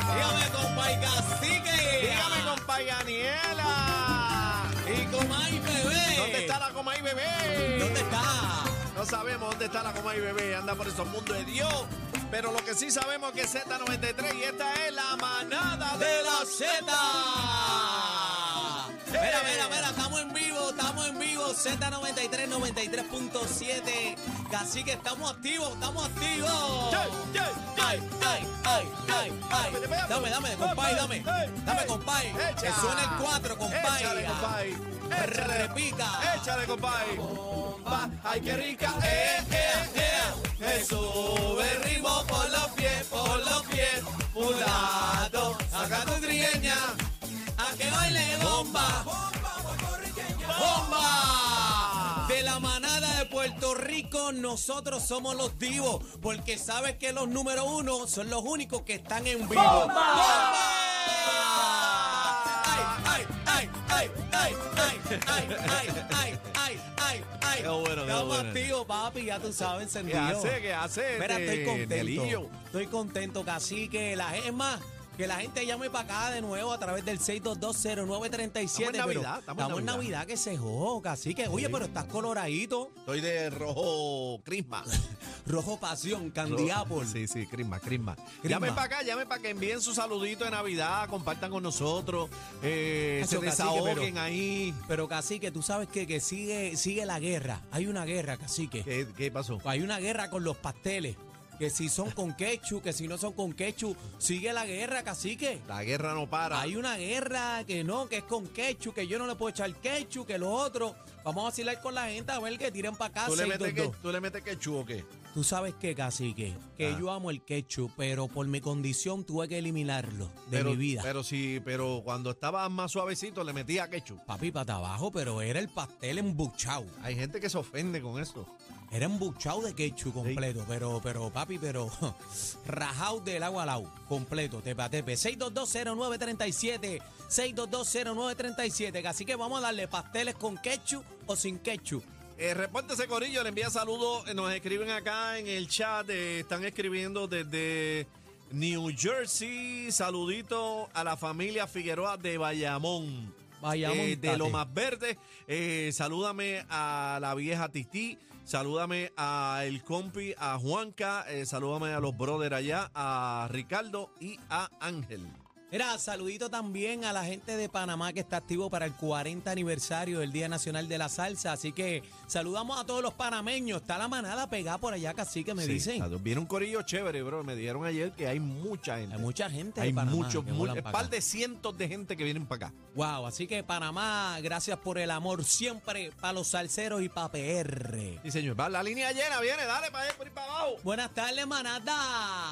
Dígame, compay Cacique. Dígame, compay Daniela. Y Comay bebé. ¿Dónde está la coma y bebé? ¿Dónde está? No sabemos dónde está la coma y bebé. Anda por esos mundos de Dios. Pero lo que sí sabemos es que es Z93 y esta es la manada De de la los Z. Mira, mira, Eh. mira, estamos en vivo, estamos en vivo. Z93, 93.7. Así que estamos activos, estamos activos. Ay, ay, ay, ay, ay. Dame, dame, compay, dame. Dame, compay. Que suene el 4, Échale, compay. compay. Échale. Repica. Échale, compay. Ay, qué rica. Eh, eh, eh. Eso, el ritmo por los pies, por los pies. Mulato, saca tu trigueña. A que baile bomba. Bomba. De la manada de Puerto Rico, nosotros somos los divos, porque sabes que los número uno son los únicos que están en vivo. ¡Bomba! Ay, ay, ay, ay, ay, ay, ay, ay, ay, ay, ay. Qué bueno, qué Estamos bueno. activos, papi, ya tú sabes, encendido. ¿Qué hace? ¿Qué hace? Mira, estoy este contento. Nelillo? Estoy contento, cacique. La, es más, que la gente llame para acá de nuevo a través del 6220937. Estamos en pero Navidad, estamos en en Navidad. Navidad que se joda, cacique. Oye, pero estás coloradito. Estoy de rojo crisma. Rojo pasión, candiápol. Sí, sí, crisma, crisma. Crisma. Llamen para acá, llamen para que envíen su saludito de Navidad, compartan con nosotros, eh, se Acho, cacique, desahoguen pero- ahí. Pero cacique, tú sabes que, que sigue, sigue la guerra. Hay una guerra, cacique. ¿Qué, qué pasó? Hay una guerra con los pasteles. Que si son con quechu, que si no son con quechu, sigue la guerra, cacique. La guerra no para. Hay una guerra que no, que es con quechu, que yo no le puedo echar quechu, que lo otro. Vamos a vacilar con la gente a ver que tiran para acá. ¿Tú, le metes 622. que, ¿Tú le metes quechú o qué? Tú sabes que, cacique, que Ah. yo amo el quechu, pero por mi condición tuve que eliminarlo de pero, mi vida. Pero sí, pero cuando estaba más suavecito le metía quechú. Papi, para abajo, pero era el pastel embuchado. Hay gente que se ofende con eso. Era embuchado de quechu completo, pero, pero, papi, pero rajado del agua al agua, completo, tepa tepe. 6220937, 6220937. Así que vamos a darle pasteles con quechu o sin quechu. Eh, repórtese Corillo, le envía saludos. eh, Nos escriben acá en el chat. eh, están escribiendo desde New Jersey. Saludito a la familia Figueroa de Bayamón. Bayamón, Eh, de tate. lo más verde. eh, salúdame a la vieja Titi. Salúdame a el compi, a Juanca. eh, salúdame a los brothers allá, a Ricardo y a Ángel. Mira, saludito también a la gente de Panamá que está activo para el 40 aniversario del Día Nacional de la Salsa. Así que saludamos a todos los panameños. Está la manada pegada por allá, casi que me Sí, dicen. salud. Viene un corillo chévere, bro. Me dijeron ayer que hay mucha gente. Hay mucha gente Hay de Panamá. muchos, que mu- volan es pa' par acá. de cientos de gente que vienen para acá. Wow, así que Panamá, gracias por el amor siempre para los salseros y para PR. Sí, señor. Va, la línea llena, viene, dale para allá, por ahí para abajo. Buenas tardes, manada.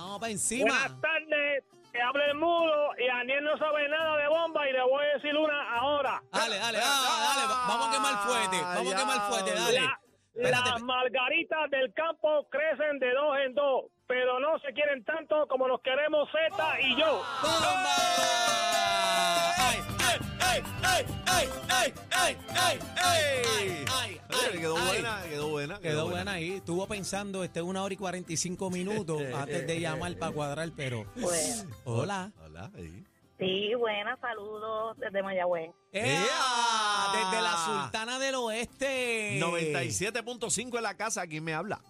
Vamos para encima. Buenas tardes, que hable el mudo y Daniel no sabe nada de bomba y le voy a decir una ahora. Dale, dale, ah, dale. va- Vamos a quemar fuerte. Vamos a quemar fuerte, dale. La- Espérate. Las margaritas del campo crecen de dos en dos, pero no se quieren tanto como nos queremos Z y yo. ¡Bomba! ¡Ay, ay, ay, ay, ay, ay, ay, ay, ay, ay, ay, Oye, ay, quedó ay. buena, quedó buena. Quedó buena ahí. Estuvo pensando este una hora y 45 minutos antes de llamar para cuadrar, pero. Bueno, Hola. Hola, ahí. sí, buenas, saludos desde Mayagüez. ¡Ea! Desde la Sultana del Oeste. 97.5 en la casa, ¿quién me habla?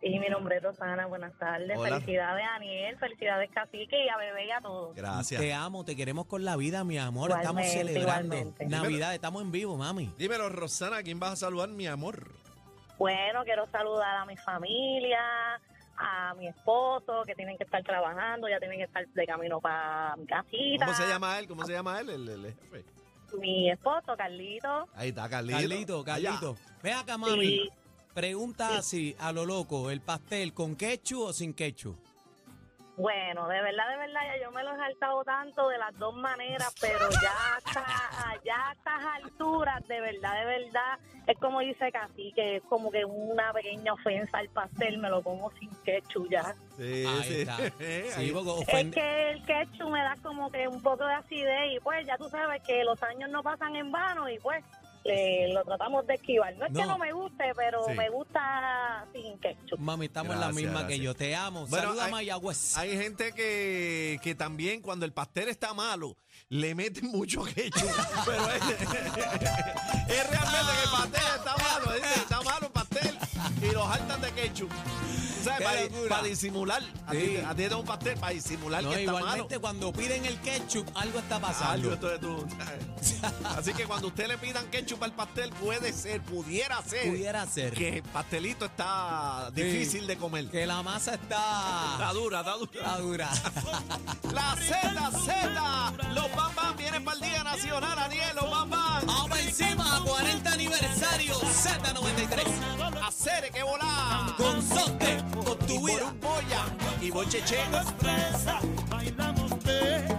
Sí, mi nombre es Rosana, buenas tardes. Hola. Felicidades, Daniel, felicidades, Cacique, y a Bebé y a todos. Gracias. Te amo, te queremos con la vida, mi amor. estamos Igualmente, celebrando igualmente. Navidad, estamos en vivo, mami. Dímelo, Rosana, ¿a quién vas a saludar, mi amor? Bueno, quiero saludar a mi familia, a mi esposo, que tienen que estar trabajando, ya tienen que estar de camino para mi casita. ¿Cómo se llama él? ¿Cómo se llama él? El, el- el jefe. Mi esposo, Carlito. Ahí está, Carlito. Carlito, Allá. Carlito. Ve acá, mami. Sí. Pregunta así, a lo loco, ¿el pastel con ketchup o sin ketchup? Bueno, de verdad, de verdad, ya yo me lo he saltado tanto de las dos maneras, pero ya hasta allá a estas alturas, de verdad, de verdad, es como dice Casi, que es como que una pequeña ofensa al pastel, me lo como sin ketchup ya. Sí, Ahí sí. está. Sí, Ahí- porque Es ofende- que el ketchup me da como que un poco de acidez y pues ya tú sabes que los años no pasan en vano y pues le- lo tratamos de esquivar. No es que No. no me guste, pero Sí. me gusta sin ketchup. Mami, estamos en la Gracias, misma gracias. que yo. Te amo. Bueno, Saluda hay- a Mayagüez. Hay gente que, que también cuando el pastel está malo, le meten mucho ketchup. pero es, es realmente que el pastel está malo, dice, está malo el pastel y los hartan de ketchup. Tú ¿Sabes? Qué Para, locura. para disimular. A ti Sí. te- a ti te da un pastel para disimular No, que está malo. Ah, igualmente cuando piden el ketchup, algo está Algo, pasando. esto es tú, ¿sabes? Así que cuando usted le pidan ketchup al pastel, puede ser, pudiera ser, Pudiera ser. que el pastelito está Sí. difícil de comer. Que la masa Está está, dura, está dura. está dura. La Z, Z, los Bam Bam vienen para el Día Nacional, Daniel, los Bam Bam. Vamos pa' encima, 40 aniversario Z93. Hacer que volar. Con Sote, con Y tu por vida. un boya y bocheche. Bailamos de